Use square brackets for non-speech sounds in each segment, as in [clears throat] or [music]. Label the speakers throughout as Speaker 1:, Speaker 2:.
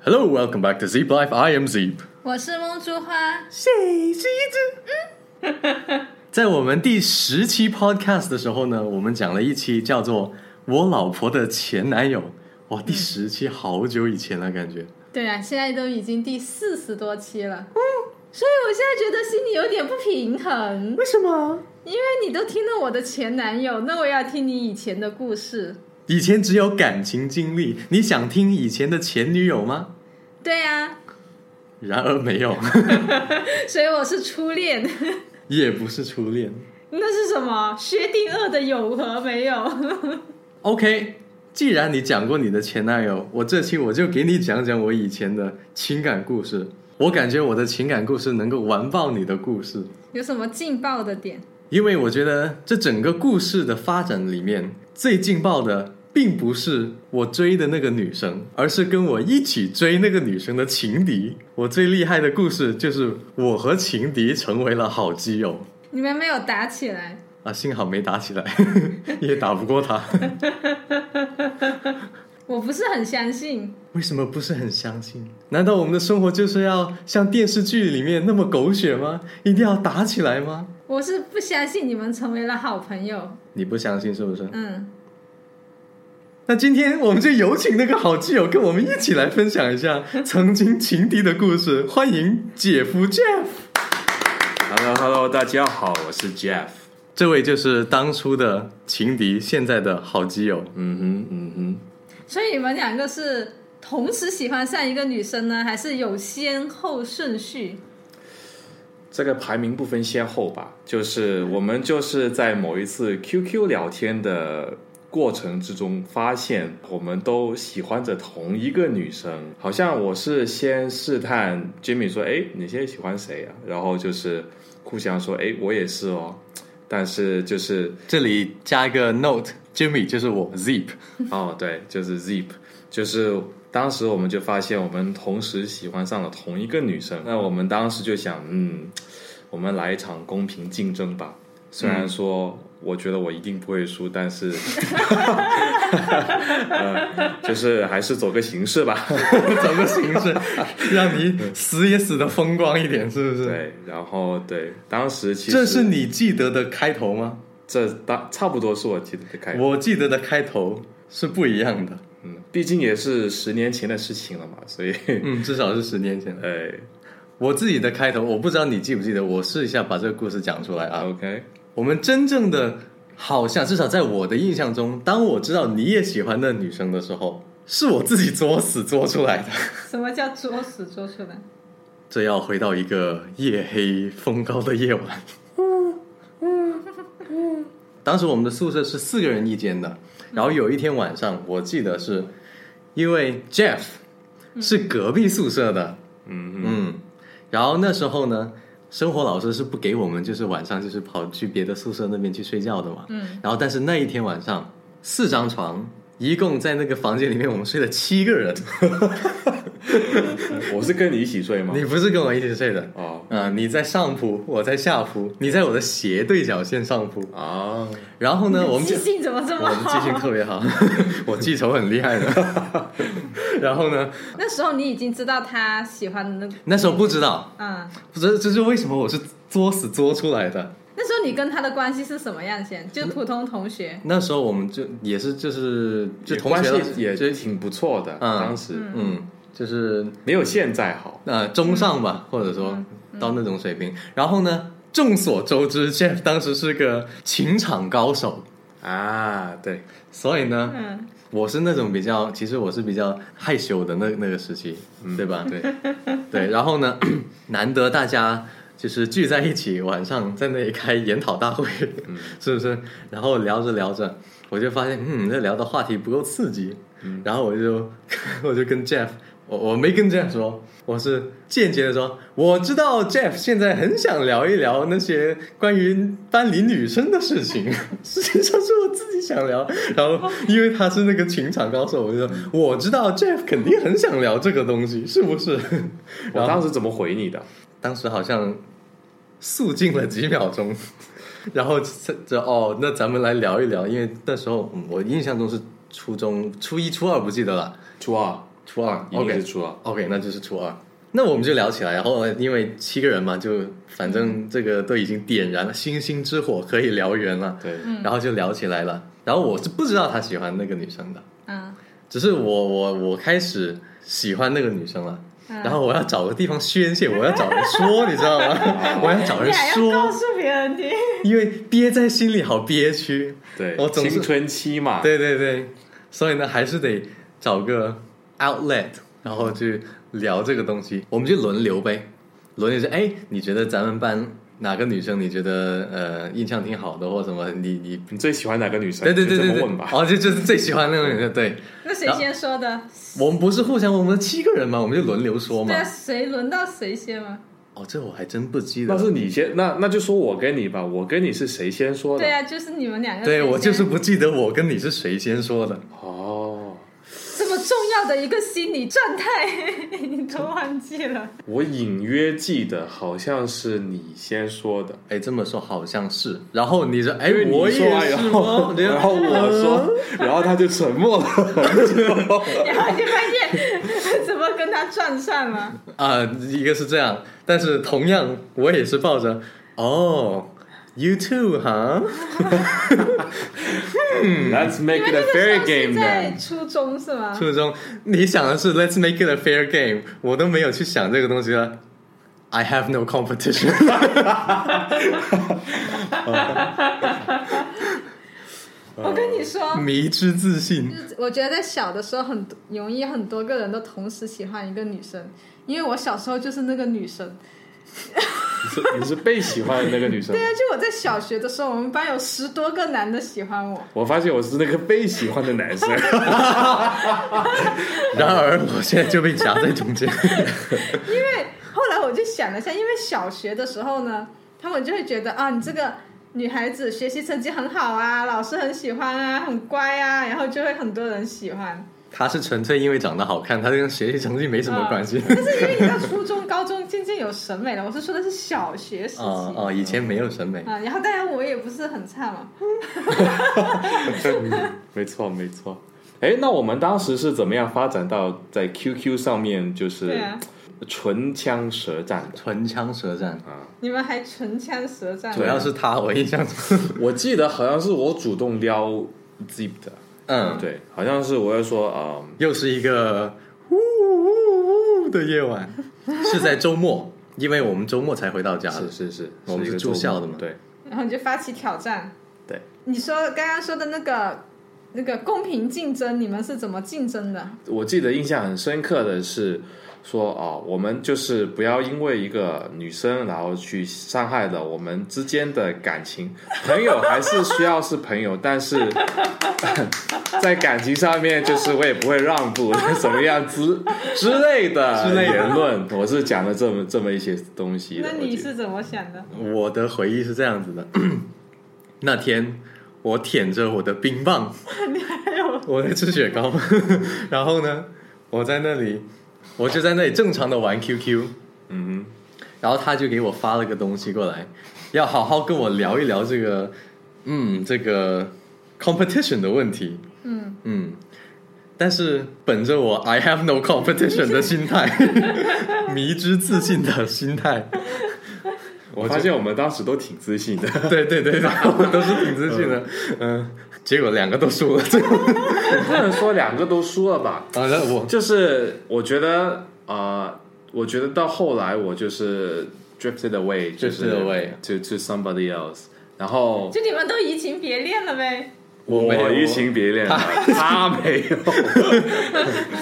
Speaker 1: Hello, welcome back to Zeep Life. I am Zeep。
Speaker 2: 我是梦珠花，
Speaker 1: 谁是一只？在我们第十期 podcast 的时候呢，我们讲了一期叫做《我老婆的前男友》。哇，第十期好久以前了，感觉。
Speaker 2: 对啊，现在都已经第四十多期了，嗯，所以我现在觉得心里有点不平衡，
Speaker 1: 为什么？
Speaker 2: 因为你都听了我的前男友，那我也要听你以前的故事。
Speaker 1: 以前只有感情经历，你想听以前的前女友吗？
Speaker 2: 对啊，
Speaker 1: 然而没有， [laughs]
Speaker 2: 所以我是初恋，
Speaker 1: 也不是初恋。
Speaker 2: 那是什么？薛定谔的有和没有？
Speaker 1: OK，既然你讲过你的前男友，我这期我就给你讲讲我以前的情感故事。我感觉我的情感故事能够完爆你的故事，
Speaker 2: 有什么劲爆的点？
Speaker 1: 因为我觉得这整个故事的发展里面，最劲爆的并不是我追的那个女生，而是跟我一起追那个女生的情敌。我最厉害的故事就是我和情敌成为了好基友 [laughs]
Speaker 2: 你们没有打起来？
Speaker 1: 啊，幸好没打起来， [laughs] 也打不过他。
Speaker 2: 我不是很相信，
Speaker 1: 为什么不是很相信？难道我们的生活就是要像电视剧里面那么狗血吗？一定要打起来吗？
Speaker 2: 我是不相信你们成为了好朋友。
Speaker 1: 你不相信是不是？
Speaker 2: 嗯，
Speaker 1: 那今天我们就有请那个好基友跟我们一起来分享一下曾经情敌的故事。欢迎姐夫 Jeff，
Speaker 3: Hello Hello，大家好，我是 Jeff。
Speaker 1: 这位就是当初的情敌，现在的好基友。
Speaker 3: 嗯哼嗯
Speaker 2: 所以你们两个是同时喜欢上一个女生呢，还是有先后顺序？
Speaker 3: 哼，这个排名不分先后吧，就是我们就是在某一次 QQ 聊天的过程之中，发现我们都喜欢着同一个女生。好像我是先试探 Jimmy 说：“哎，你现在喜欢谁啊？”然后就是互相说：“哎，我也是哦。”但是就是
Speaker 1: 这里加一个 note，Jimmy 就是我 Zip。
Speaker 3: 哦，对，就是 Zip，就是当时我们就发现我们同时喜欢上了同一个女生，那我们当时就想，嗯，我们来一场公平竞争吧。虽
Speaker 1: 嗯
Speaker 3: 然说我觉得我一定不会输，
Speaker 1: [laughs]
Speaker 3: 但是，呃，就是还是走个形式吧。
Speaker 1: 怎么形式，让你死也死的风光一点，是不是？
Speaker 3: 对，然后对，当时其实
Speaker 1: 这是你记得的开头吗？
Speaker 3: 这当差不多是我记得的开始，
Speaker 1: 我记得的开头是不一样的，
Speaker 3: 嗯，毕竟也是十年前的事情了嘛，所以， [laughs]
Speaker 1: 嗯，至少是十年前的。
Speaker 3: 哎
Speaker 1: 我自己的开头，我不知道你记不记得，我试一下把这个故事讲出来啊。
Speaker 3: ，OK，
Speaker 1: 我们真正的好像，至少在我的印象中，当我知道你也喜欢那女生的时候，是我自己作死作出来的。 [laughs]
Speaker 2: 什么叫作死做出来？
Speaker 1: 这要回到一个夜黑风高的夜晚。当时我们的宿舍是四个人一间的，然后有一天晚上，我记得是因为 Jeff 是隔壁宿舍的，
Speaker 3: 嗯哼
Speaker 1: 嗯，然后那时候呢，生活老师是不给我们就是晚上就是跑去别的宿舍那边去睡觉的嘛，
Speaker 2: 嗯，
Speaker 1: 然后但是那一天晚上四张床，一共在那个房间里面我们睡了七个人，
Speaker 3: 我是跟你一起睡吗？
Speaker 1: 你不是跟我一起睡的，
Speaker 3: 哦
Speaker 1: 啊、你在上铺，我在下铺，你在我的斜对角线上铺。
Speaker 3: 啊，
Speaker 1: 然后呢，我们
Speaker 2: 记
Speaker 1: 就
Speaker 2: 性怎么这
Speaker 1: 我
Speaker 2: 么
Speaker 1: 的记性
Speaker 2: 好？
Speaker 1: 特别好， [laughs] 我记仇很厉害的。 [laughs] 然后呢，
Speaker 2: 那时候你已经知道他喜欢的那
Speaker 1: 那时候不知道，
Speaker 2: 啊、
Speaker 1: 这这是为什么我是作死作出来的。
Speaker 2: 那时候你跟他的关系是什么样先？就普通同学，
Speaker 1: 那时候我们就也是就是就
Speaker 3: 就
Speaker 1: 同
Speaker 3: 关
Speaker 1: 学
Speaker 3: 系
Speaker 1: 了
Speaker 3: 也
Speaker 1: 就
Speaker 3: 挺不错的，
Speaker 1: 嗯
Speaker 3: 当时
Speaker 1: 嗯就是
Speaker 3: 没有现在好。
Speaker 1: 呃中上吧，或者说到那种水平。然后呢，众所周知，Jeff 当时是个情场高手，
Speaker 3: 啊，对，
Speaker 1: 所以呢，
Speaker 2: 嗯，
Speaker 1: 我是那种比较，其实我是比较害羞的那那个时期，对吧？
Speaker 3: 对，
Speaker 1: 对，然后呢， [clears throat] 难得大家就是聚在一起，晚上在那里开研讨大会， [laughs] 是不是？然后聊着聊着，我就发现，嗯，这聊的话题不够刺激，然后我就 [laughs] 我就跟 Jeff，我我没跟 Jeff 说，我是间接的说，我知道 Jeff 现在很想聊一聊那些关于班里女生的事情， [laughs] 实际上是我自己想聊，然后因为他是那个情场高手，我就说我知道 Jeff 肯定很想聊这个东西，是不是？ [laughs]
Speaker 3: 我当时怎么回你的？
Speaker 1: 当时好像肃静了几秒钟， [laughs] 然后这这哦，那咱们来聊一聊，因为那时候嗯我印象中是初中初一初二不记得了，
Speaker 3: 初二，
Speaker 1: 初二
Speaker 3: 一定
Speaker 1: OK
Speaker 3: 哦是初二。
Speaker 1: OK，那就是初二。那我们就聊起来，然后因为七个人嘛，就反正这个都已经点燃了星星之火，可以燎原了，
Speaker 3: 对，
Speaker 2: 嗯
Speaker 1: 然后就聊起来了。然后我是不知道他喜欢那个女生的，
Speaker 2: 啊，
Speaker 1: 只是我我我开始喜欢那个女生了，
Speaker 2: 嗯
Speaker 1: 然后我要找个地方宣泄，我要找人说，你知道吗？
Speaker 2: [laughs]
Speaker 1: 我要找
Speaker 2: 你
Speaker 1: 人
Speaker 2: 还要告
Speaker 1: 说，
Speaker 2: 诉别人听，
Speaker 1: 因为憋在心里好憋屈。
Speaker 3: 对，
Speaker 1: 我总是
Speaker 3: 青春期嘛，
Speaker 1: 对对对，所以呢，还是得找个 outlet，然后去聊这个东西。我们就轮流呗，轮流是哎，你觉得咱们班哪个女生你觉得呃印象挺好的，或什么？你你
Speaker 3: 你最喜欢哪个女生？
Speaker 1: 对对对
Speaker 3: 就
Speaker 1: 对
Speaker 3: 这么
Speaker 1: 对
Speaker 3: 问，吧。
Speaker 1: 哦，就就是最喜欢那种女生。
Speaker 3: [laughs]
Speaker 1: 对
Speaker 2: 那谁先说的？
Speaker 1: 我们不是互相，我们七个人嘛，我们就轮流说嘛
Speaker 2: 对。啊，谁轮到谁先嘛？
Speaker 1: 哦，这我还真不记
Speaker 3: 那
Speaker 1: 得。
Speaker 3: 是你先，那那就说我跟你吧，我跟你是谁先说的？
Speaker 2: 对啊，就是你们两个谁
Speaker 1: 对
Speaker 2: 先。
Speaker 1: 我就是不记得我跟你是谁先说的。
Speaker 3: 哦，
Speaker 2: 这么重要的一个心理状态， [laughs] 你都忘记了。
Speaker 3: 我隐约记得好像是你先说的，
Speaker 1: 哎，这么说好像是，然后你说，哎
Speaker 3: 因为，你
Speaker 1: 我也
Speaker 3: 说完
Speaker 1: 是
Speaker 3: 然后
Speaker 1: 吗？啊
Speaker 3: 然后
Speaker 1: [laughs]
Speaker 3: 我说，然后他就沉默了很久。
Speaker 2: 然后你发现怎么跟他撞上了？
Speaker 1: 啊、一个是这样，但是同样我也是抱着哦，you too 哈、嗯
Speaker 3: Let's make
Speaker 2: 因为
Speaker 3: it
Speaker 2: 那个
Speaker 3: a fair
Speaker 2: 时候是
Speaker 3: game
Speaker 2: 在
Speaker 3: then。
Speaker 2: 初中是吗？
Speaker 1: 初中你想的是 let's make it a fair game，我都没有去想这个东西了。I have no competition [laughs]
Speaker 2: 我跟你说，
Speaker 3: 哦
Speaker 1: 迷之自信
Speaker 2: 就是我觉得在小的时候很容易很多个人都同时喜欢一个女生，因为我小时候就是那个女生。
Speaker 3: 你是你是被喜欢的那个女生吗
Speaker 2: 对。啊，就我在小学的时候，我们班有十多个男的喜欢我。
Speaker 3: 我发现我是那个被喜欢
Speaker 1: [laughs]
Speaker 3: 的男生，
Speaker 1: 然而我现在就被夹在中间。
Speaker 2: 因为后来我就想了一下，因为小学的时候呢，他们就会觉得啊，你这个女孩子学习成绩很好啊，老师很喜欢啊，很乖啊，然后就会很多人喜欢。
Speaker 1: 他是纯粹因为长得好看，他跟学习成绩没什么关系
Speaker 2: 啊。但是因为你到初中、高中渐渐有审美了，我是说的是小
Speaker 1: [laughs]
Speaker 2: 学时期。
Speaker 1: 哦哦，以前没有审美，
Speaker 2: 啊，然后当然我也不是很差嘛，
Speaker 3: 没错没错。哎，那我们当时是怎么样发展到在 QQ 上面就是
Speaker 2: 对啊，
Speaker 3: 唇枪舌战的？
Speaker 1: 唇枪舌战，
Speaker 2: 你们还唇枪舌战，
Speaker 1: 主要是他，我印象中，
Speaker 3: 我记得好像是我主动撩 Zip 的，
Speaker 1: 嗯，
Speaker 3: 对，好像是我要说啊、
Speaker 1: 又是一个呜呜呜的夜晚，是在周末，因为我们周末才回到家
Speaker 3: 嗯
Speaker 1: 的
Speaker 3: 是。是是，
Speaker 1: 我们
Speaker 3: 一
Speaker 1: 是
Speaker 3: 个
Speaker 1: 住
Speaker 3: 周末
Speaker 1: 校的嘛
Speaker 3: 对
Speaker 2: 然后你就发起挑战。
Speaker 3: 对，
Speaker 2: 你说刚刚说的那个那个公平竞争，你们是怎么竞争的？
Speaker 3: 我记得印象很深刻的是说啊、我们就是不要因为一个女生，然后去伤害了我们之间的感情。朋友还是需要是朋友，但是 [laughs] 在感情上面，就是我也不会让步， [laughs] 怎么样之之类的
Speaker 1: 之类的
Speaker 3: 言论，我是讲了这么这么一些东西的。
Speaker 2: 那
Speaker 3: 我
Speaker 2: 你
Speaker 3: 记得
Speaker 2: 是怎么想的？
Speaker 1: 我的回忆是这样子的： [clears throat] 那天我舔着我的冰棒，我在吃雪糕， [laughs] 然后呢，我在那里，我就在那里正常的玩 QQ，
Speaker 3: 嗯
Speaker 1: 然后他就给我发了个东西过来，要好好跟我聊一聊这个，嗯，这个 competition 的问题。
Speaker 2: 嗯
Speaker 1: 嗯，但是本着我 I have no competition 的心态， [laughs] 迷之自信的心态，
Speaker 3: 哼，我发现我们当时都挺自信的。 [laughs]
Speaker 1: 对对 [laughs] 对对，我都是挺自信的。嗯，结果两个都输了，最后
Speaker 3: 不能说两个都输了吧，
Speaker 1: 啊，那我
Speaker 3: 就是我觉得呃，我觉得到后来我就是 drifted away，就是
Speaker 1: Drifted away
Speaker 3: to to somebody else，然
Speaker 2: [laughs]
Speaker 3: 后
Speaker 2: 就你们都移情别恋了呗？
Speaker 1: 我没有
Speaker 3: 移情别恋了，他没
Speaker 1: [laughs]
Speaker 3: 有，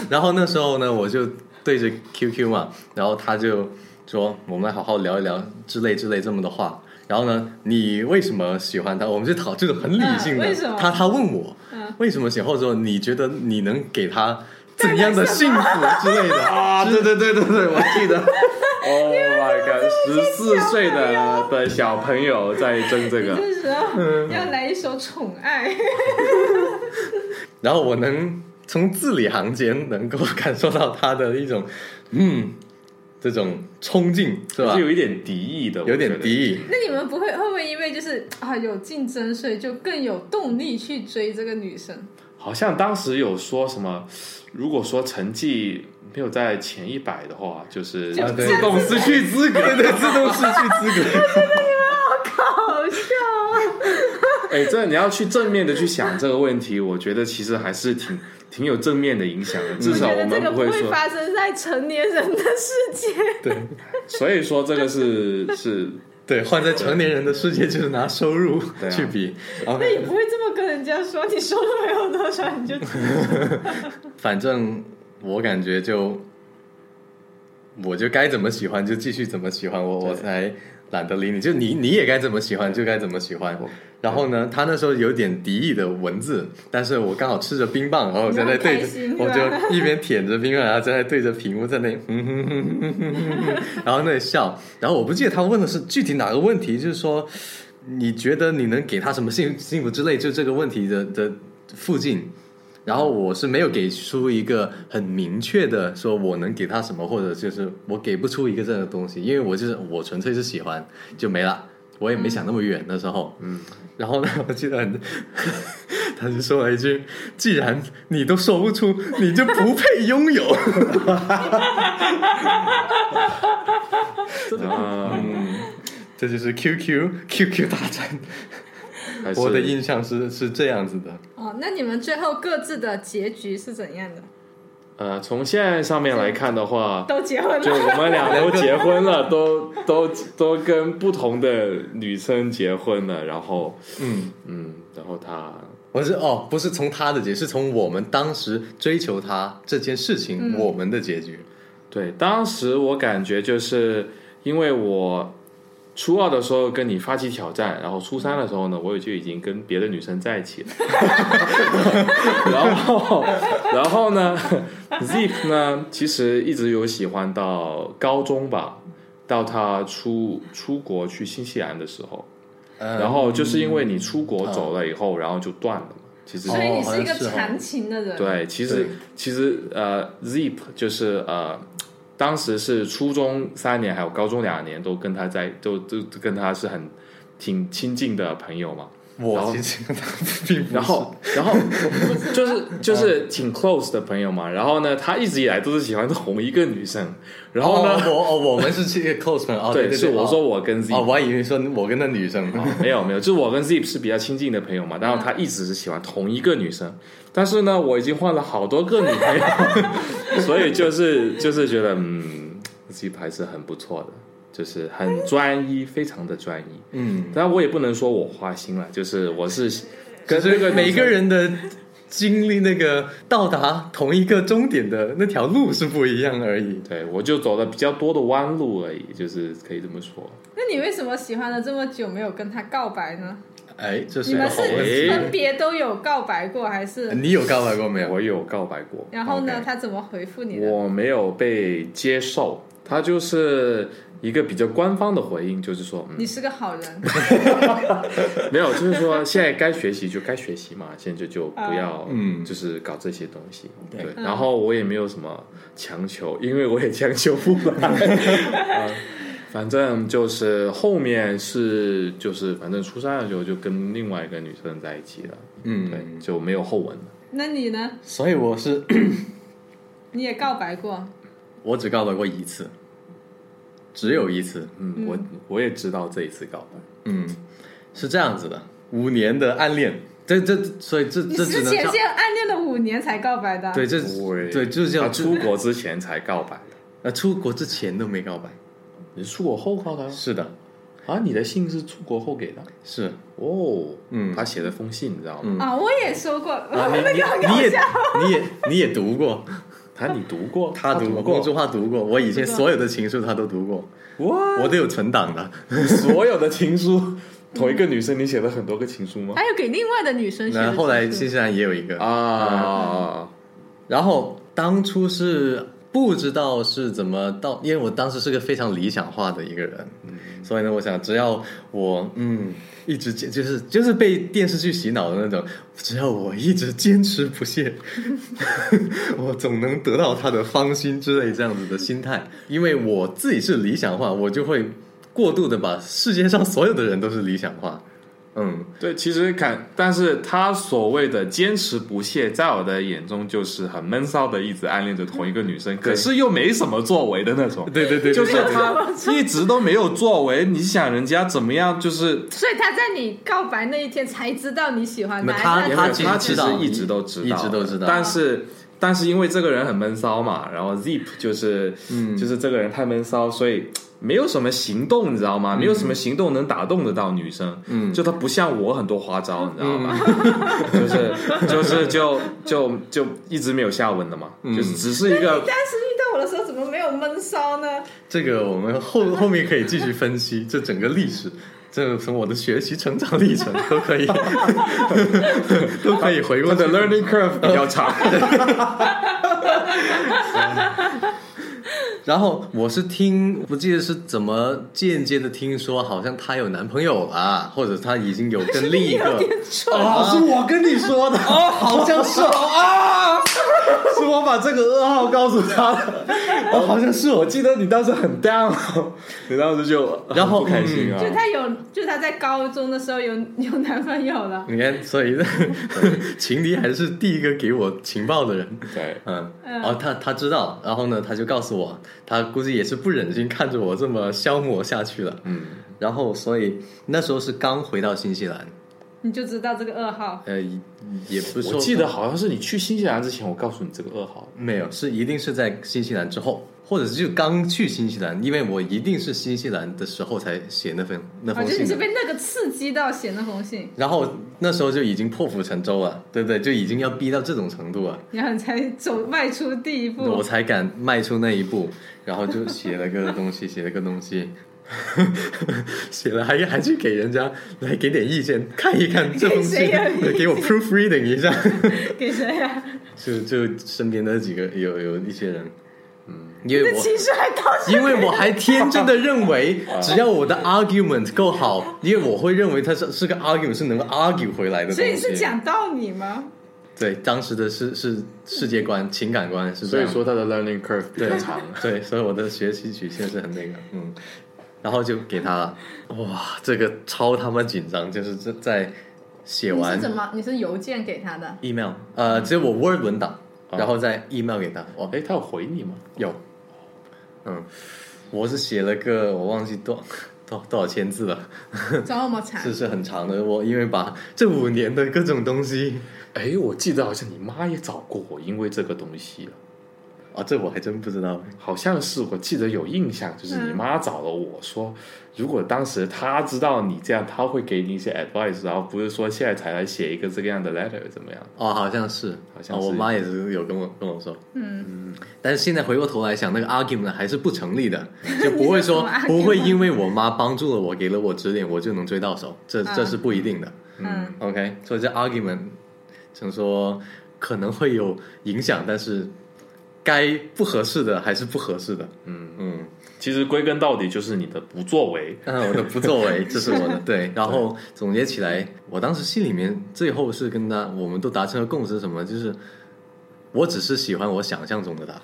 Speaker 1: 然后那时候呢，我就对着 QQ 嘛，然后他就说我们来好好聊一聊之类之类这么的话。然后呢，你为什么喜欢他？我们就讨这种很理性的。
Speaker 2: 嗯为什么
Speaker 1: 他他问我、
Speaker 2: 嗯
Speaker 1: 为什么喜欢，或者说你觉得你能给他怎样的幸福之类的 [laughs] 啊？对对对对对，我记得。哦
Speaker 3: Oh my god！十四岁的的小朋友在争这个，
Speaker 2: 这时候要来一首《宠爱》，
Speaker 1: [laughs]
Speaker 2: [laughs]
Speaker 1: 然后我能从字里行间能够感受到他的一种嗯这种冲劲，是吧
Speaker 3: 是？有一点敌意的，
Speaker 1: 有点敌
Speaker 3: 意。
Speaker 1: 意。 [laughs]
Speaker 2: 那你们不会会不会因为就是啊有竞争，所以就更有动力去追这个女生？
Speaker 3: 好像当时有说什么，如果说成绩没有在前一百的话，就是
Speaker 1: 就
Speaker 3: 自动失去资格。
Speaker 1: 啊 [laughs] 对对，自动失去资格。
Speaker 2: 好笑啊！
Speaker 3: 哎，这你要去正面的去想这个问题，我觉得其实还是挺挺有正面的影响的，至
Speaker 2: 我
Speaker 3: 少
Speaker 2: 觉得这
Speaker 3: 们
Speaker 2: 个
Speaker 3: 不
Speaker 2: 会
Speaker 3: 说。
Speaker 2: 发生在成年人的世界。
Speaker 1: 对
Speaker 3: 所以说这个是是，
Speaker 1: 对，换在成年人的世界就是拿收入
Speaker 3: 对啊
Speaker 1: 去比。
Speaker 2: 那
Speaker 1: OK，
Speaker 2: 也不会这么跟人家说，你收入没有多少，你就
Speaker 1: 反正我感觉就，我就该怎么喜欢就继续怎么喜欢，我我
Speaker 3: 对
Speaker 1: 才懒得理你。就你你也该怎么喜欢就该怎么喜欢。然后呢，他那时候有点敌意的文字，但是我刚好吃着冰棒，然后我在那对
Speaker 2: 你很
Speaker 1: 着
Speaker 2: 开心，
Speaker 1: 我
Speaker 2: 是吧
Speaker 1: 就一边舔着冰棒，然后在那对着屏幕在那，嗯哼哼哼哼哼哼，然后那里笑。然后我不记得他问的是具体哪个问题，就是说你觉得你能给他什么幸幸福之类，就这个问题的的附近。然后我是没有给出一个很明确的说我能给他什么，或者就是我给不出一个这样的东西，因为我就是我纯粹是喜欢就没了，我也没想那么远那时候。
Speaker 3: 嗯，
Speaker 1: 然后呢，我记得很，他就说了一句：“既然你都说不出，你就不配拥有。
Speaker 3: 嗯，”
Speaker 1: [laughs] 这就是 QQ QQ 大战，
Speaker 3: 还是
Speaker 1: 我的印象是是这样子的。
Speaker 2: 哦，那你们最后各自的结局是怎样的？
Speaker 3: 呃，从现在上面来看的话，
Speaker 2: 都结婚
Speaker 3: 就
Speaker 2: 了，
Speaker 3: 我们俩都结婚了，都都都跟不同的女生结婚了，然后
Speaker 1: 嗯，
Speaker 3: 嗯，然后他
Speaker 1: 我是哦，不是从他的结，是从我们当时追求他这件事情，
Speaker 2: 嗯
Speaker 1: 我们的结局。
Speaker 3: 对，当时我感觉就是因为我初二的时候跟你发起挑战，然后初三的时候呢，我也就已经跟别的女生在一起了， [laughs] 然后然后呢，Zip 呢其实一直有喜欢到高中吧，到他出出国去新西兰的时候。
Speaker 1: 嗯
Speaker 3: 然后就是因为你出国走了以后，然后就断了嘛。其实
Speaker 1: 哦
Speaker 2: 所以你是一
Speaker 1: 好
Speaker 2: 个
Speaker 1: 像是哦
Speaker 2: 长情的人。
Speaker 3: 对，其
Speaker 1: 对
Speaker 3: 实其实呃，Zip 就是呃，当时是初中三年还有高中两年都跟他在，都都都跟他是很挺亲近的朋友嘛。然
Speaker 1: 我
Speaker 3: 后
Speaker 1: 其实 [laughs] 跟他并不是
Speaker 3: 然后
Speaker 1: 嗯 [laughs]
Speaker 3: 然后就是就是挺 close 的朋友嘛。然后呢，他一直以来都是喜欢同一个女生。然后呢，
Speaker 1: 哦我哦我们是这个 close 朋友哦，对对，
Speaker 3: 是我说
Speaker 1: 我
Speaker 3: 我跟 Zip
Speaker 1: 哦，我还以为说我跟那女生哦
Speaker 3: 啊没有没有，就是我跟 Zip 是比较亲近的朋友嘛，然后他一直是喜欢同一个女生，但是呢，我已经换了好多个女朋友，所以就是就是觉得嗯，Zip 还是很不错的，就是很专一，非常的专一。
Speaker 1: 嗯。
Speaker 3: 当然我也不能说我花心了，就是我是
Speaker 1: 可
Speaker 3: 跟
Speaker 1: 是
Speaker 3: 这个
Speaker 1: 每
Speaker 3: 每
Speaker 1: 个
Speaker 3: 个
Speaker 1: 人
Speaker 3: 人
Speaker 1: 的经历，那个到达同一个终点的那条路是不一样而已。
Speaker 3: 对我就走了比较多的弯路而已，就是可以这么说。
Speaker 2: 那你为什么喜欢了这么久没有跟他告白呢？
Speaker 1: 哎，这是
Speaker 2: 你
Speaker 1: 一
Speaker 2: 们
Speaker 1: 个
Speaker 2: 是
Speaker 1: 好问题。
Speaker 2: 分别都有告白过还是？
Speaker 1: 哎你有告白过没有？
Speaker 3: 我有告白过，
Speaker 2: 然后呢
Speaker 1: 嗯 OK
Speaker 2: 他怎么回复你的？
Speaker 3: 我没有被接受，他就是一个比较官方的回应，就是说嗯。
Speaker 2: 你是个好人，
Speaker 3: [laughs] 没有，就是说现在该学习就该学习嘛，现在就不要，
Speaker 1: 嗯
Speaker 3: 就是搞这些东西。
Speaker 1: 对
Speaker 3: 对，
Speaker 2: 嗯
Speaker 3: 然后我也没有什么强求，因为我也强求不 [laughs] 来。啊反正就是后面是就是反正初三的时候就跟另外一个女生在一起了，对，
Speaker 1: 嗯，
Speaker 3: 就没有后文了。
Speaker 2: 那你呢？
Speaker 1: 所以我是
Speaker 2: 你也告白过，
Speaker 1: 我只告白过一次，只有一次。
Speaker 3: 嗯，我我也知道这一次告白，
Speaker 1: 嗯，是这样子的，五年的暗恋，这这所以这
Speaker 2: 你
Speaker 1: 这只
Speaker 2: 之
Speaker 1: 能
Speaker 2: 前
Speaker 1: 叫
Speaker 2: 是暗恋了五年才告白的啊。
Speaker 1: 对这
Speaker 3: 对
Speaker 1: 对啊就是
Speaker 3: 他
Speaker 1: 叫
Speaker 3: 出国之前才告白的，
Speaker 1: 呃出国之前都没告白。
Speaker 3: 你是出国后告的啊
Speaker 1: 是的，
Speaker 3: 啊？你的信是出国后给的
Speaker 1: 是
Speaker 3: 哦，
Speaker 1: 嗯
Speaker 3: 他写的封信你知道吗？
Speaker 1: 嗯
Speaker 2: 啊，我也说过，
Speaker 3: 啊你
Speaker 2: 哦那个很
Speaker 1: 你
Speaker 2: 搞
Speaker 1: 也
Speaker 2: 笑。
Speaker 1: 你也你也读过，
Speaker 3: 他你读过？
Speaker 1: 他读过，公
Speaker 3: 过
Speaker 1: 众号读过，我以前
Speaker 2: 读过
Speaker 1: 所有的情书他都读过，
Speaker 3: 哇！
Speaker 1: 我都有存档的。
Speaker 3: 所有的
Speaker 1: [laughs]
Speaker 3: 情书，同一个女生你写了很多个情书吗？
Speaker 1: 哎
Speaker 2: 还有给另外的女生写嗯的
Speaker 1: 那
Speaker 2: 情
Speaker 1: 后来
Speaker 2: 书
Speaker 1: 新西兰也有一个，
Speaker 3: 啊，
Speaker 1: 然后当初是不知道是怎么到，因为我当时是个非常理想化的一个人，所以呢，我想只要我嗯一直坚，就是就是被电视剧洗脑的那种，只要我一直坚持不懈， [laughs] 我总能得到他的芳心之类这样子的心态，因为我自己是理想化，我就会过度的把世界上所有的人都是理想化。嗯，
Speaker 3: 对，其实看，但是他所谓的坚持不懈，在我的眼中就是很闷骚的，一直暗恋着同一个女生，可是又没什么作为的那种。
Speaker 1: 对对对，
Speaker 3: 就是
Speaker 1: 对对
Speaker 3: 他
Speaker 1: [laughs]
Speaker 3: 一直都没有作为，你想人家怎么样？就是
Speaker 2: 所以他在你告白那一天才知道你喜欢
Speaker 1: 那
Speaker 2: 他，
Speaker 1: 他
Speaker 2: 才
Speaker 1: 其
Speaker 2: 知
Speaker 1: 实
Speaker 3: 他
Speaker 1: 知
Speaker 3: 其
Speaker 1: 道
Speaker 3: 实一直都知道，
Speaker 1: 一直都知道
Speaker 3: 但是但是因为这个人很闷骚嘛，然后 Zip 就是、
Speaker 1: 嗯
Speaker 3: 就是这个人太闷骚，所以没有什么行动，你知道吗？没有什么行动能打动得到女生。
Speaker 1: 嗯
Speaker 3: 就他不像我很多花招，你知道吗？
Speaker 1: 嗯
Speaker 3: [laughs] 就是就是就就就一直没有下文的嘛，
Speaker 1: 嗯
Speaker 3: 就是只是一个
Speaker 2: 你当时遇到我的时候怎么没有闷骚呢？
Speaker 1: 这个我们后后面可以继续分析这整个历史，这从我的学习成长历程都可以 [laughs] 都可以回过
Speaker 3: 我
Speaker 1: 去
Speaker 3: 的 learning curve 比较 [laughs] 长。
Speaker 1: 然后我是听，不记得是怎么间接的听说，好像她有男朋友了，或者她已经 [laughs] 有跟另一
Speaker 2: 有
Speaker 1: 个。
Speaker 2: 点蠢。
Speaker 1: 啊，是我跟你说的哦，好像是哦啊，是我把这个噩耗告诉她的，哦，好像是我记得你当时很 down，
Speaker 3: 你当时就
Speaker 1: 然后
Speaker 3: 很不开心啊，
Speaker 2: 就他有，就他在高中的时候有有男朋友了。
Speaker 1: 你看，所
Speaker 2: [laughs]
Speaker 1: 以情敌还是第一个给我情报的人，
Speaker 3: 对。
Speaker 1: 嗯，
Speaker 2: 嗯
Speaker 1: 哦，他他知道，然后呢，他就告诉我，他估计也是不忍心看着我这么消磨下去了，
Speaker 3: 嗯，
Speaker 1: 然后所以那时候是刚回到新西兰，
Speaker 2: 你就知道这个噩耗，
Speaker 1: 呃，也不是说
Speaker 3: 我记得好像是你去新西兰之前，我告诉你这个噩耗。
Speaker 1: 没有，是一定是在新西兰之后，或者是就刚去新西兰，因为我一定是新西兰的时候才写那份那
Speaker 2: 哦，
Speaker 1: 封
Speaker 2: 就是
Speaker 1: 信
Speaker 2: 你是
Speaker 1: 的。
Speaker 2: 被那个刺激到写那封信，
Speaker 1: 然后那时候就已经破釜沉舟了，对不对？就已经要逼到这种程度了，
Speaker 2: 然后你才走迈出第一
Speaker 1: 我
Speaker 2: 步。
Speaker 1: 才敢迈出那一步，然后就写了个东西，写了个东西，写了还还去给人家来给点意见，看一看这封信
Speaker 2: 给谁有意，见
Speaker 1: 给我 proofreading 一下。
Speaker 2: 给谁呀、
Speaker 1: [laughs]
Speaker 2: 啊？
Speaker 1: 就就身边的几个有有一些人，嗯，因为
Speaker 2: 这
Speaker 1: 我
Speaker 2: 情绪还高
Speaker 1: [laughs]
Speaker 2: 兴。
Speaker 1: 因为我还天真的认
Speaker 2: [laughs]
Speaker 1: 为，只要我的 argument 够好，因为我会认为它是是个 argument 是能够 argue 回来的东西。
Speaker 2: 所以是讲道理吗？
Speaker 1: 对当时的是是世界观、情感观是这
Speaker 3: 所以
Speaker 1: 样。
Speaker 3: 说他的 learning curve 比较
Speaker 1: 对
Speaker 3: 长。
Speaker 1: [laughs] 对，所以我的学习曲线是很那个，嗯，然后就给他了，哇，这个超他妈紧张，就是这在写
Speaker 2: 你
Speaker 1: 完
Speaker 2: 是怎么？你是邮件给
Speaker 1: [laughs]
Speaker 2: 他的？
Speaker 1: email，呃，只有我 Word 文档，
Speaker 3: 啊
Speaker 1: 然后再 email 给他，哇，
Speaker 3: 哎，他有回你吗？
Speaker 1: 有，嗯，我是写了个我忘记多多多少千字了。
Speaker 2: 这么惨
Speaker 1: 是？是很长的。我因为把这五年的各种东西
Speaker 3: 哎，我记得好像你妈也找过我，因为这个东西，
Speaker 1: 啊，这我还真不知道。
Speaker 3: 好像是我记得有印象，就是你妈找了我说，如果当时她知道你这样，她会给你一些 advice，然后不是说现在才来写一个这个样的 letter 怎么样？
Speaker 1: 哦，好像是，
Speaker 3: 好像是
Speaker 1: 哦我妈也是有跟我跟我说，
Speaker 2: 嗯，
Speaker 1: 但是现在回过头来想，那个 argument 还是不成立
Speaker 2: [laughs]
Speaker 1: 的，就不会说
Speaker 2: 你是什么 argument？
Speaker 1: 不会因为我妈帮助了我，给了我指点，我就能追到手，这
Speaker 2: 啊
Speaker 1: 这是不一定的。
Speaker 2: 嗯
Speaker 1: OK，所以这 argument，想说可能会有影响，但是该不合适的还是不合适的。
Speaker 3: 嗯，
Speaker 1: 嗯。
Speaker 3: 其实归根到底就是你的不作为。
Speaker 1: 嗯，我的不作 [laughs] 为，这是我的对。然后总结起来，我当时心里面最后是跟他，我们都达成了共识，什么就是，我只是喜欢我想象中的他。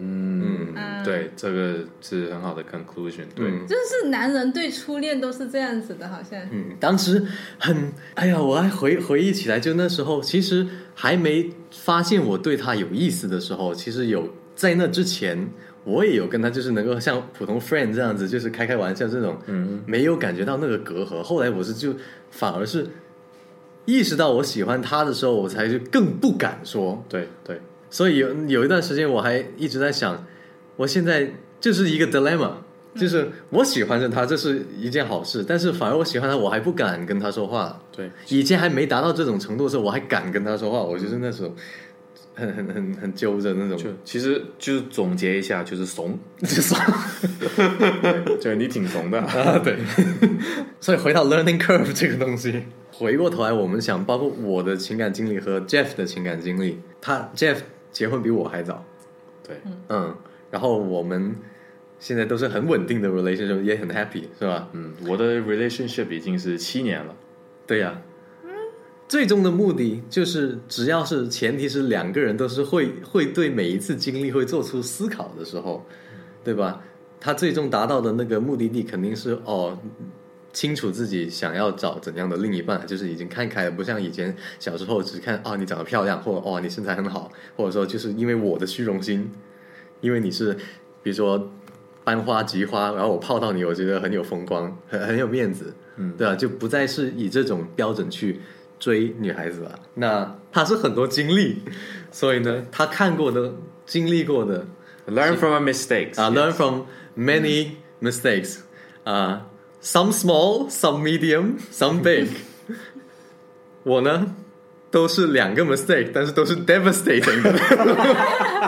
Speaker 3: 嗯
Speaker 2: 嗯
Speaker 3: 对，这个是很好的 conclusion。对，
Speaker 1: 嗯
Speaker 2: 就是男人对初恋都是这样子的，好像。
Speaker 1: 嗯，当时很，哎呀，我还回回忆起来，就那时候其实还没发现我对他有意思的时候，其实有在那之前，我也有跟他就是能够像普通 friend 这样子，就是开开玩笑这种，
Speaker 3: 嗯，
Speaker 1: 没有感觉到那个隔阂。后来我是就反而是意识到我喜欢他的时候，我才就更不敢说。
Speaker 3: 对对，
Speaker 1: 所以有有一段时间我还一直在想，我现在就是一个 dilemma，就是我喜欢上他，这是一件好事，但是反而我喜欢他，我还不敢跟他说话。
Speaker 3: 对，
Speaker 1: 以前还没达到这种程度的时候，我还敢跟他说话，我就是那种很很很很揪着那
Speaker 3: 就
Speaker 1: 种。
Speaker 3: 其实就是总结一下，就是怂， [laughs] 对就是你挺怂的。
Speaker 1: 啊，对。所以回到 learning curve 这个东西，回过头来我们想，包括我的情感经历和 Jeff 的情感经历，他 Jeff 结婚比我还早，
Speaker 3: 对，
Speaker 1: 嗯，然后我们现在都是很稳定的 relationship，也很 happy，是吧？
Speaker 3: 嗯，我的 relationship 已经是七年了。
Speaker 1: 对呀、最终的目的就是，只要是前提是两个人都是会会对每一次经历会做出思考的时候，对吧？他最终达到的那个目的地肯定是哦，清楚自己想要找怎样的另一半，就是已经看开了，不像以前小时候只看啊、你长得漂亮，或者哦你身材很好，或者说就是因为我的虚荣心，因为你是比如说班花菊花，然后我泡到你，我觉得很有风光，很很有面子，
Speaker 3: 嗯
Speaker 1: 对吧？啊就不再是以这种标准去追女孩子了。那他是很多经历，所以呢，他看过的、经历过的
Speaker 3: Learn from our mistakes
Speaker 1: 啊、l e a r n from many mistakes 啊、s o m e small, some medium, some big 。我呢，都是两个 mistake，但是都是 devastating 的。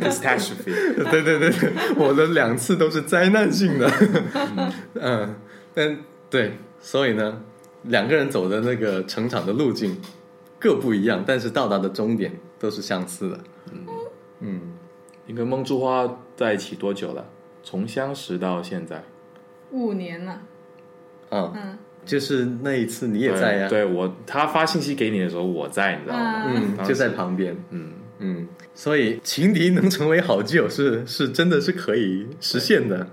Speaker 3: catastrophe。
Speaker 1: [laughs] 对对对，对我的两次都是灾难性的。 [laughs] 嗯，但对，所以呢，两个人走的那个成长的路径各不一样，但是到达的终点都是相似的。嗯
Speaker 3: 你跟梦之花在一起多久了？从相识到现在，
Speaker 2: 五年了，
Speaker 1: 嗯啊，
Speaker 2: 嗯，
Speaker 1: 就是那一次你也在呀、
Speaker 3: 对对我，他发信息给你的时候我在，你知道
Speaker 2: 啊
Speaker 3: 吗？
Speaker 1: 嗯，
Speaker 3: 当时
Speaker 1: 就在旁边。
Speaker 3: 嗯，
Speaker 1: 嗯，所以情敌能成为好基友是是真的是可以实现的，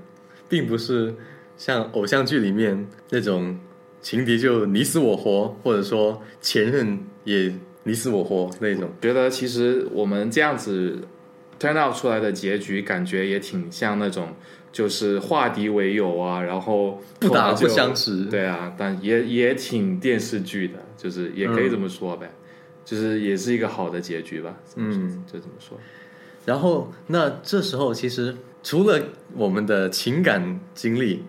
Speaker 1: 并不是像偶像剧里面那种情敌就你死我活，或者说前任也你死我活那种。
Speaker 3: 觉得其实我们这样子 turn out 出来的结局，感觉也挺像那种就是化敌为友啊，然后
Speaker 1: 不打
Speaker 3: 后来就
Speaker 1: 不相识
Speaker 3: 对啊，但也也挺电视剧的，就是也可以这么说呗，就是也是一个好的结局吧。
Speaker 1: 嗯，
Speaker 3: 就这么说。
Speaker 1: 然后那这时候其实除了我们的情感经历。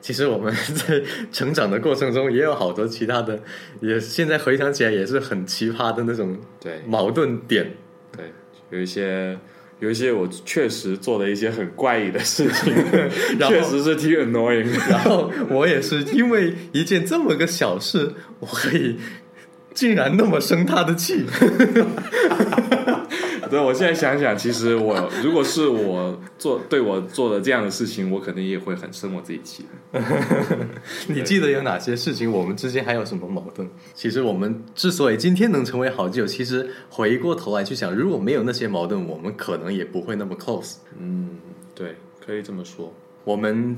Speaker 1: 其实我们在成长的过程中，也有好多其他的，也现在回想起来也是很奇葩的那种
Speaker 3: 对
Speaker 1: 矛盾点。
Speaker 3: 对，有一些有一些我确实做了一些很怪异的事 [laughs] 情，
Speaker 1: 然后
Speaker 3: 确实是挺 annoying 的。
Speaker 1: 然后我也是因为一件这么个小事，我可以竟然那么生他的气。
Speaker 3: 对，我现在想想，其实我如果是我做对我做了这样的事情，我肯定也会很生我自己气。
Speaker 1: 你记得有哪些事情？我们之间还有什么矛盾？其实我们之所以今天能成为好基友，其实回过头来去想，如果没有那些矛盾，我们可能也不会那么 close。
Speaker 3: 嗯，对，可以这么说。
Speaker 1: 我们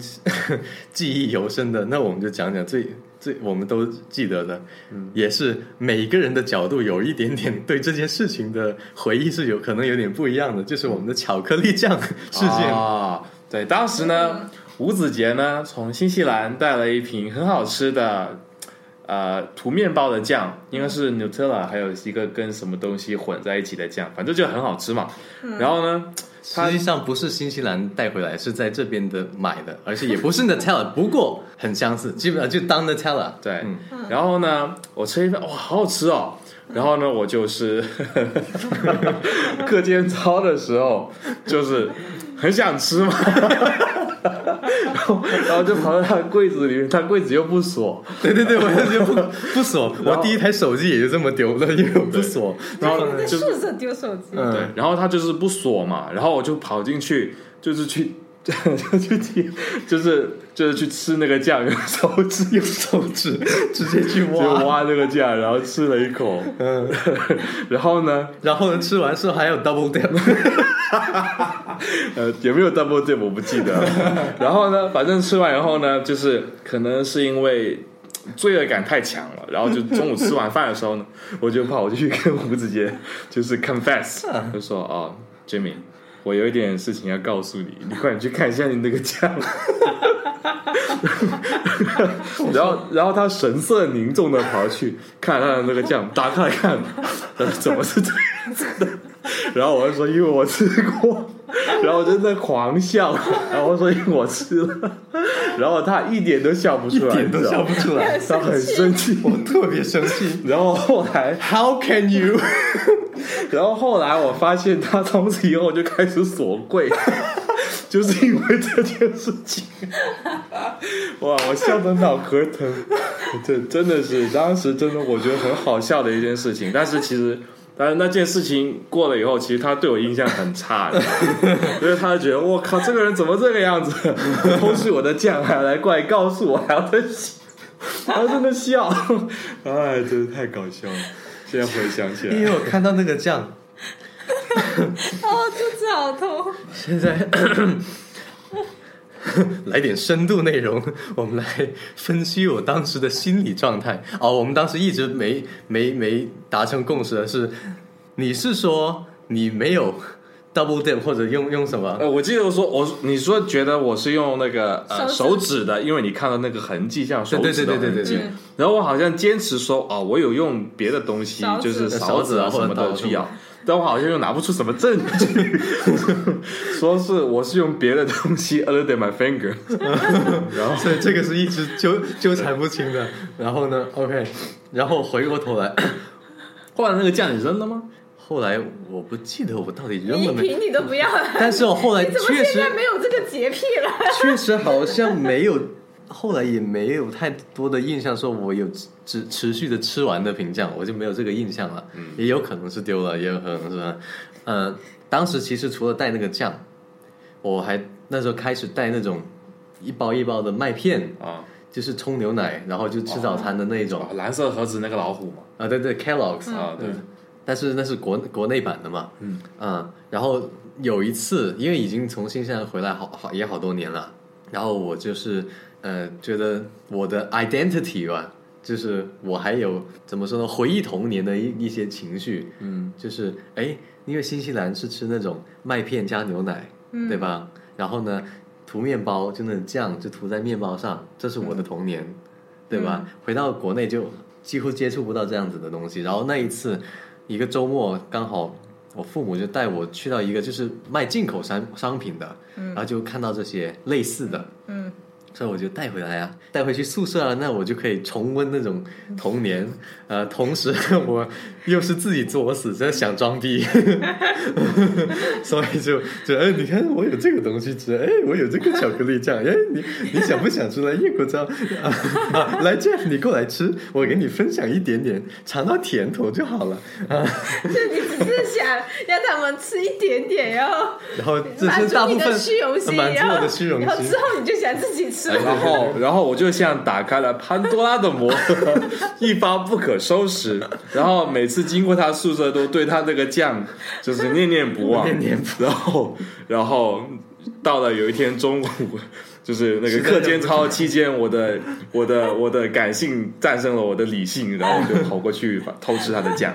Speaker 1: 记忆犹深的，那我们就讲讲最最我们都记得的，也是每个人的角度有一点点对这件事情的回忆是有可能有点不一样的，就是我们的巧克力酱事件。
Speaker 3: 啊，对，当时呢，吴子杰呢从新西兰带了一瓶很好吃的。呃，涂面包的酱应该是 Nutella，还有一个跟什么东西混在一起的酱，反正就很好吃嘛。然后呢，
Speaker 1: 实际上不是新西兰带回来，是在这边的买的，而且也不是 Nutella，不过很相似，基本上就当 Nutella。
Speaker 3: 对，
Speaker 1: 嗯
Speaker 3: 然后呢，我吃一份，哇，好好吃哦。然后呢，我就是 [laughs] 课间操的时候，就是很想吃嘛， [laughs] 然后然后就跑到他的柜子里面，他柜子又不锁，
Speaker 1: 对对对，我
Speaker 3: [laughs]
Speaker 1: 就不不锁，
Speaker 3: 然
Speaker 1: 我
Speaker 3: 后
Speaker 1: 第一台手机也就这么丢了，因为我不
Speaker 3: 对
Speaker 1: 锁。
Speaker 3: 然后
Speaker 2: 在
Speaker 3: 呢就是
Speaker 2: 宿舍丢手机，
Speaker 1: 嗯 [laughs]
Speaker 3: 对，然后他就是不锁嘛，然后我就跑进去，就是去。 [laughs] 就去提，就是就是去吃那个酱，用手指用手指
Speaker 1: 直接去
Speaker 3: 就
Speaker 1: 挖，
Speaker 3: 挖那个酱，然后吃了一口，
Speaker 1: 嗯，
Speaker 3: [laughs] 然后呢，
Speaker 1: 然后呢，吃完是还有 double [laughs] dip，
Speaker 3: 呃，有没有 double dip 我不记得了。然后呢，反正吃完以后呢，就是可能是因为罪恶感太强了，然后就中午吃晚饭的时候呢，我就跑去跟胡子杰就是 confess，就说哦，Jimmy，我有一点事情要告诉你，你快点去看一下你那个酱。然后，然后他神色凝重的跑去看他的那个酱，打开来看，呃怎么是这样子的？然后我就说，因为我吃过，然后我就在狂笑，然后说因为我吃了，然后他一点都笑不出来，
Speaker 1: 点都笑
Speaker 3: 不
Speaker 1: 不出来，
Speaker 3: 他很生气。
Speaker 1: [laughs] 我特别生气。
Speaker 3: 然后后来，
Speaker 1: How can you？
Speaker 3: [laughs] 然后后来我发现他从此以后就开始锁柜， [laughs] 就是因为这件事情。哇，我笑得脑壳疼， [laughs] 这真的是当时真的我觉得很好笑的一件事情。但是其实，但是那件事情过了以后，其实他对我印象很差，你知道吗因为他就觉得我靠，这个人怎么这个样子，偷吃我的酱还来过来告诉我，还要在笑，还要在那笑， [laughs] 哎，真的太搞笑了。现在回想起来，
Speaker 1: 因为我看到那个酱， [laughs]
Speaker 2: 哦，肚子好痛，
Speaker 1: 现在来点深度内容，我们来分析我当时的心理状态。哦，我们当时一直没没没达成共识的是，你是说你没有 double dip 或者用用什么？
Speaker 3: 呃，我记得我说我你说觉得我是用那个呃手
Speaker 2: 手
Speaker 3: 指的，因为你看到那个痕迹像手
Speaker 1: 对对
Speaker 3: 指
Speaker 1: 对对
Speaker 3: 的
Speaker 1: 对
Speaker 3: 痕
Speaker 1: 对
Speaker 3: 迹
Speaker 1: 对
Speaker 2: 嗯，
Speaker 3: 然后我好像坚持说哦，我有用别的东西
Speaker 2: 勺，子
Speaker 3: 就是勺子啊
Speaker 1: 勺子啊
Speaker 3: 什么
Speaker 1: 或
Speaker 3: 的
Speaker 1: 者刀
Speaker 3: 去咬，但我好像又拿不出什么证据，说是我是用别的东西 other than my finger，然后
Speaker 1: 所以这个是一直纠纠缠不清的。然后呢，OK，然后回过头来，
Speaker 3: 后来那个酱你扔了吗？
Speaker 1: 后来我不记得我到底扔
Speaker 2: 你
Speaker 1: 了没，
Speaker 2: 评你都不要了，
Speaker 1: 但是我后来
Speaker 2: 你怎么
Speaker 1: 确实
Speaker 2: 现在没有这个洁癖了？
Speaker 1: 嗯确实好像没有，后来也没有太多的印象，说我有持持续的吃完的评价，我就没有这个印象了。也有可能是丢了，也有可能是，嗯、当时其实除了带那个酱，我还那时候开始带那种一包一包的麦片，
Speaker 3: 啊，
Speaker 1: 就是冲牛奶，然后就吃早餐的那一种。
Speaker 3: 啊蓝色盒子那个老虎嘛，
Speaker 1: 啊，对对，Kellogg's
Speaker 3: 啊对
Speaker 1: 嗯，但是那是国国内版的嘛，
Speaker 3: 嗯
Speaker 1: 啊，然后有一次，因为已经从新西兰回来好好也好多年了，然后我就是呃，觉得我的 identity 吧，就是我还有怎么说呢，回忆童年的一一些情绪，
Speaker 3: 嗯，
Speaker 1: 就是哎，因为新西兰是吃那种麦片加牛奶，
Speaker 2: 嗯
Speaker 1: 对吧？然后呢，涂面包就那种酱就涂在面包上，这是我的童年，对吧？
Speaker 2: 嗯
Speaker 1: 回到国内就几乎接触不到这样子的东西。然后那一次，一个周末刚好我父母就带我去到一个就是卖进口商商品的，
Speaker 2: 嗯
Speaker 1: 然后就看到这些类似的，
Speaker 2: 嗯，
Speaker 1: 所以我就带回来啊，带回去宿舍啊，那我就可以重温那种童年。呃，同时我又是自己作死，真的想装逼， [laughs] 所以就就哎，你看我有这个东西吃，哎，我有这个巧克力酱，哎，你你想不想吃来一果酱啊啊？来这样你过来吃，我给你分享一点点，尝到甜头就好了。啊
Speaker 2: 就你只是想让他们吃一点点，然后
Speaker 1: 然后这
Speaker 2: 满
Speaker 1: 是大
Speaker 2: 足
Speaker 1: 部
Speaker 2: 你
Speaker 1: 分呃
Speaker 2: 的虚荣心，
Speaker 1: 满足
Speaker 2: 然
Speaker 1: 我
Speaker 2: 后
Speaker 1: 的虚荣
Speaker 2: 然后
Speaker 1: 心哎
Speaker 2: 之。后你就想自己吃了。
Speaker 3: 然后， [laughs] 然后我就像打开了潘多拉的魔盒， [laughs] 一发不可收拾。然后每次经过他宿舍，都对他这个酱就是念念不忘。
Speaker 1: [laughs] 念念
Speaker 3: [laughs] 然后，然后到了有一天中午，就是那个课间操期间，我的我的我的感性战胜了我的理性，然后我就跑过去把偷吃他的酱。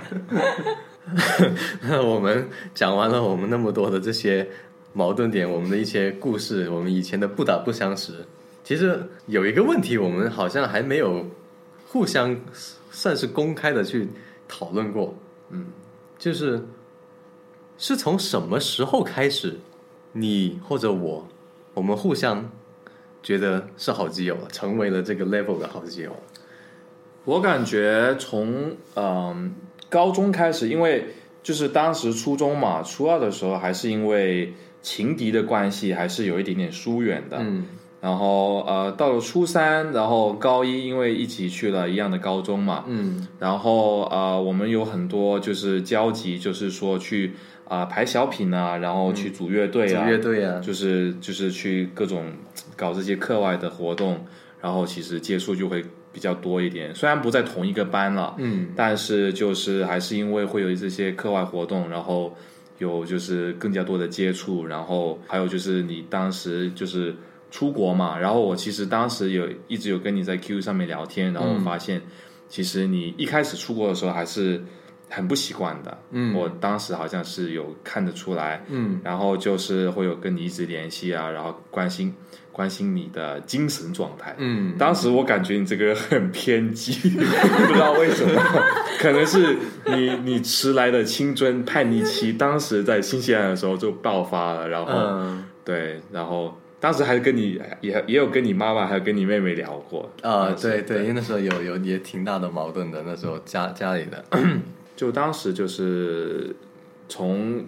Speaker 1: 那 [laughs] 我们讲完了我们那么多的这些矛盾点，我们的一些故事，我们以前的不打不相识。其实有一个问题，我们好像还没有互相算是公开的去讨论过。
Speaker 3: 嗯，
Speaker 1: 就是是从什么时候开始，你或者我，我们互相觉得是好基友了，成为了这个 level 的好基友。
Speaker 3: [laughs] 我感觉从嗯、高中开始，因为就是当时初中嘛，初二的时候还是因为情敌的关系，还是有一点点疏远的。
Speaker 1: 嗯
Speaker 3: 然后呃，到了初三，然后高一因为一起去了一样的高中嘛，
Speaker 1: 嗯
Speaker 3: 然后呃，我们有很多就是交集，就是说去啊、排小品啊，然后去组乐队啊，
Speaker 1: 组乐队啊，
Speaker 3: 就是就是去各种搞这些课外的活动，然后其实接触就会比较多一点。虽然不在同一个班了，
Speaker 1: 嗯，
Speaker 3: 但是就是还是因为会有这些课外活动，然后有就是更加多的接触，然后还有就是你当时就是出国嘛，然后我其实当时有一直有跟你在 Q 上面聊天，然后我
Speaker 1: 嗯
Speaker 3: 发现其实你一开始出国的时候还是很不习惯的，
Speaker 1: 嗯
Speaker 3: 我当时好像是有看得出来，
Speaker 1: 嗯，
Speaker 3: 然后就是会有跟你一直联系啊，然后关心关心你的精神状态，
Speaker 1: 嗯
Speaker 3: 当时我感觉你这个人很偏激， [laughs] 不知道为什么，可能是你你迟来的青春叛逆期，当时在新西兰的时候就爆发了，然后、
Speaker 1: 嗯
Speaker 3: 对，然后当时还跟你也也有跟你妈妈还有跟你妹妹聊过，
Speaker 1: 啊，
Speaker 3: 当时
Speaker 1: 对对，因为那时候有有也挺大的矛盾的，那时候家家里的，
Speaker 3: 就当时就是从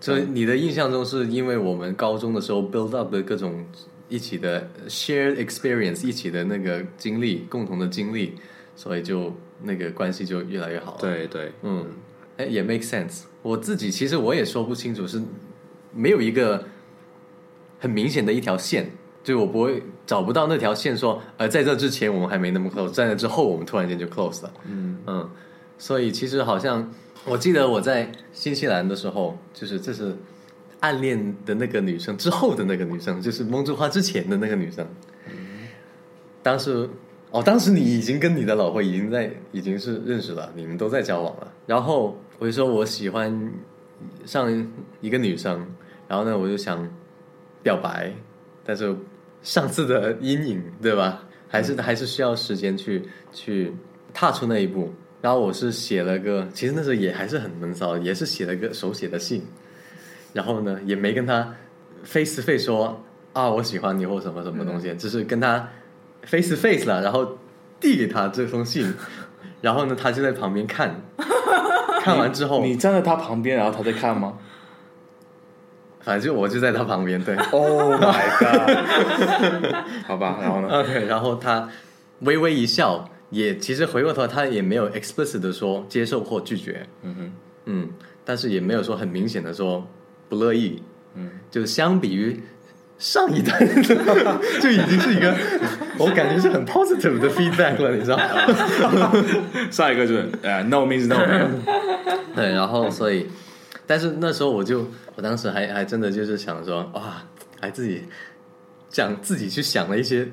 Speaker 1: 所以你的印象中是因为我们高中的时候 build up 的各种一起的 shared experience，一起的那个经历，共同的经历，所以就那个关系就越来越好了。，
Speaker 3: 对对
Speaker 1: 嗯，哎，也 make sense。我自己其实我也说不清楚，是没有一个很明显的一条线，就我不会找不到那条线说，呃，在这之前我们还没那么 close，在那之后我们突然间就 close 了。
Speaker 3: 嗯
Speaker 1: 嗯，所以其实好像我记得我在新西兰的时候，就是这是暗恋的那个女生之后的那个女生，就是梦之花之前的那个女生。当时，哦，当时你已经跟你的老婆已经在已经是认识了，你们都在交往了。然后我就说我喜欢上一个女生，然后呢，我就想表白，但是上次的阴影，对吧？还是还是需要时间去去踏出那一步。然后我是写了个，其实那时候也还是很闷骚，也是写了个手写的信，然后呢，也没跟他 face to face 说啊我喜欢你或什么什么东西，只是跟他 face to face 了，然后递给他这封信，然后呢，他就在旁边看，看完之后，
Speaker 3: 你站在他旁边，然后他在看吗
Speaker 1: 反正我就在他旁边，对，
Speaker 3: [laughs] ？Oh my god！好吧，然后呢？
Speaker 1: OK，然后他微微一笑，也其实回过头他也没有 explicit 的说接受或拒绝，
Speaker 3: 嗯哼，
Speaker 1: 嗯，但是也没有说很明显的说不乐意，
Speaker 3: 嗯，
Speaker 1: 就相比于上一代， [laughs] 就已经是一个我感觉是很 positive 的 feedback 了，你知道吗？
Speaker 3: 下一个就是呃 n o means no，没有 [laughs]
Speaker 1: [laughs] 对，然后所以，但是那时候我就，我当时还还真的就是想说，哇，还自己讲自己去想了一些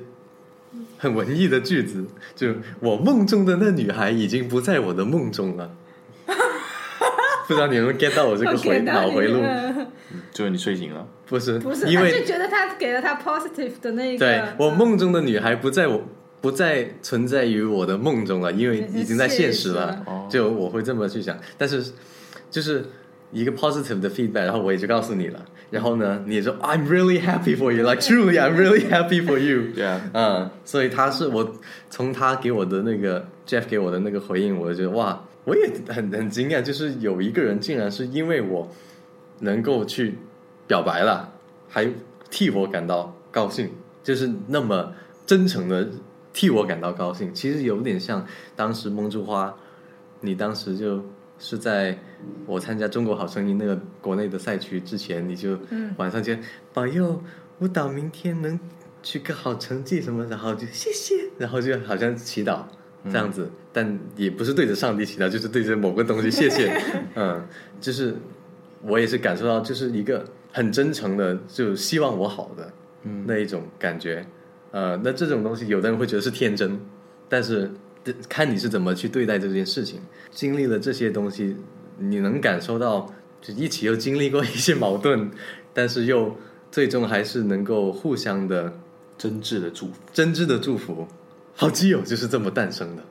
Speaker 1: 很文艺的句子，就我梦中的那女孩已经不在我的梦中 [laughs] 了。不知道你们 get 到我这个回脑回路？
Speaker 3: 就是你睡醒了。
Speaker 1: 不是，
Speaker 2: 嗯
Speaker 1: 啊
Speaker 2: 不是，
Speaker 1: 因
Speaker 2: 他就
Speaker 1: 为
Speaker 2: 觉得他给了他 positive 的那一个，嗯
Speaker 1: 对我梦中的女孩不在我不再存在于我的梦中了，因为已经在现实了。
Speaker 2: 嗯
Speaker 3: 哦，
Speaker 1: 就我会这么去想，但是就是一个 positive 的 feedback，然后我也就告诉你了，然后呢，你也说 I'm really happy for you，like truly I'm really happy for you，
Speaker 3: 对啊，
Speaker 1: [laughs] 嗯，所以他是我从他给我的那个 Jeff 给我的那个回应，我就觉得哇，我也很很惊讶，就是有一个人竟然是因为我能够去表白了，还替我感到高兴，就是那么真诚的替我感到高兴。其实有点像当时梦之花，你当时就是在我参加《中国好声音》那个国内的赛区之前，你就
Speaker 2: 嗯
Speaker 1: 晚上就哎保佑舞蹈明天能取个好成绩什么，然后就谢谢， [laughs] 然后就好像祈祷。这样子，但也不是对着上帝祈祷，就是对着某个东西谢谢，嗯，就是我也是感受到，就是一个很真诚的，就希望我好的
Speaker 3: 嗯
Speaker 1: 那一种感觉。呃，那这种东西，有的人会觉得是天真，但是这看你是怎么去对待这件事情。经历了这些东西，你能感受到，就一起又经历过一些矛盾， [laughs] 但是又最终还是能够互相的
Speaker 3: 真挚的祝福。
Speaker 1: 真挚的祝福。好基友就是这么诞生的，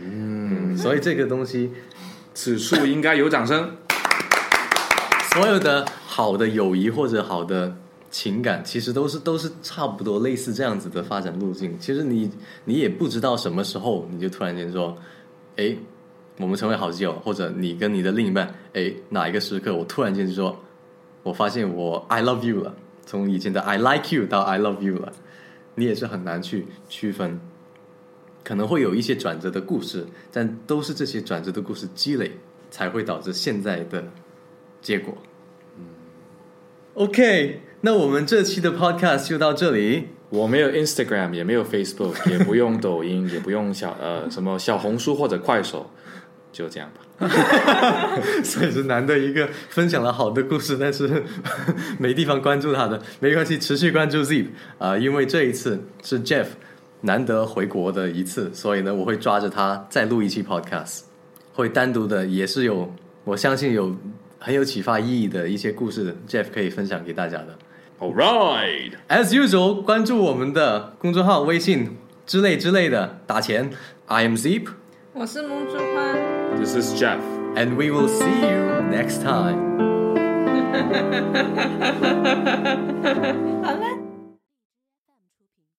Speaker 1: 嗯，所以这个东西
Speaker 3: 此处应该有掌声。
Speaker 1: 所有的好的友谊或者好的情感，其实都是都是差不多类似这样子的发展路径。其实你你也不知道什么时候你就突然间说，哎，我们成为好基友，或者你跟你的另一半，哎，哪一个时刻我突然间就说，我发现我 I love you 了，从以前的 I like you 到 I love you 了，你也是很难去区分。可能会有一些转折的故事，但都是这些转折的故事积累，才会导致现在的结果。OK，那我们这期的 Podcast 就到这里。 [laughs]
Speaker 3: 我没有 Instagram，也没有 Facebook，也不用抖音， [laughs] 也不用小呃什么小红书或者快手，就这样吧。
Speaker 1: 所以是难得一个分享了好的故事，但是 [laughs] 没地方关注他的，没关系，持续关注 Zip 啊、因为这一次是 Jeff 难得回国的一次，所以呢，我会抓着他再录一期 Podcast，会单独的，也是有我相信有很有启发意义的一些故事，Jeff 可以分享给大家的。
Speaker 3: All right，
Speaker 1: As usual，关注我们的公众号、微信之类之类的，打钱。I am Zip。
Speaker 2: 我是梦珠花，
Speaker 3: this is Jeff。
Speaker 1: and we will see you next time.
Speaker 2: 很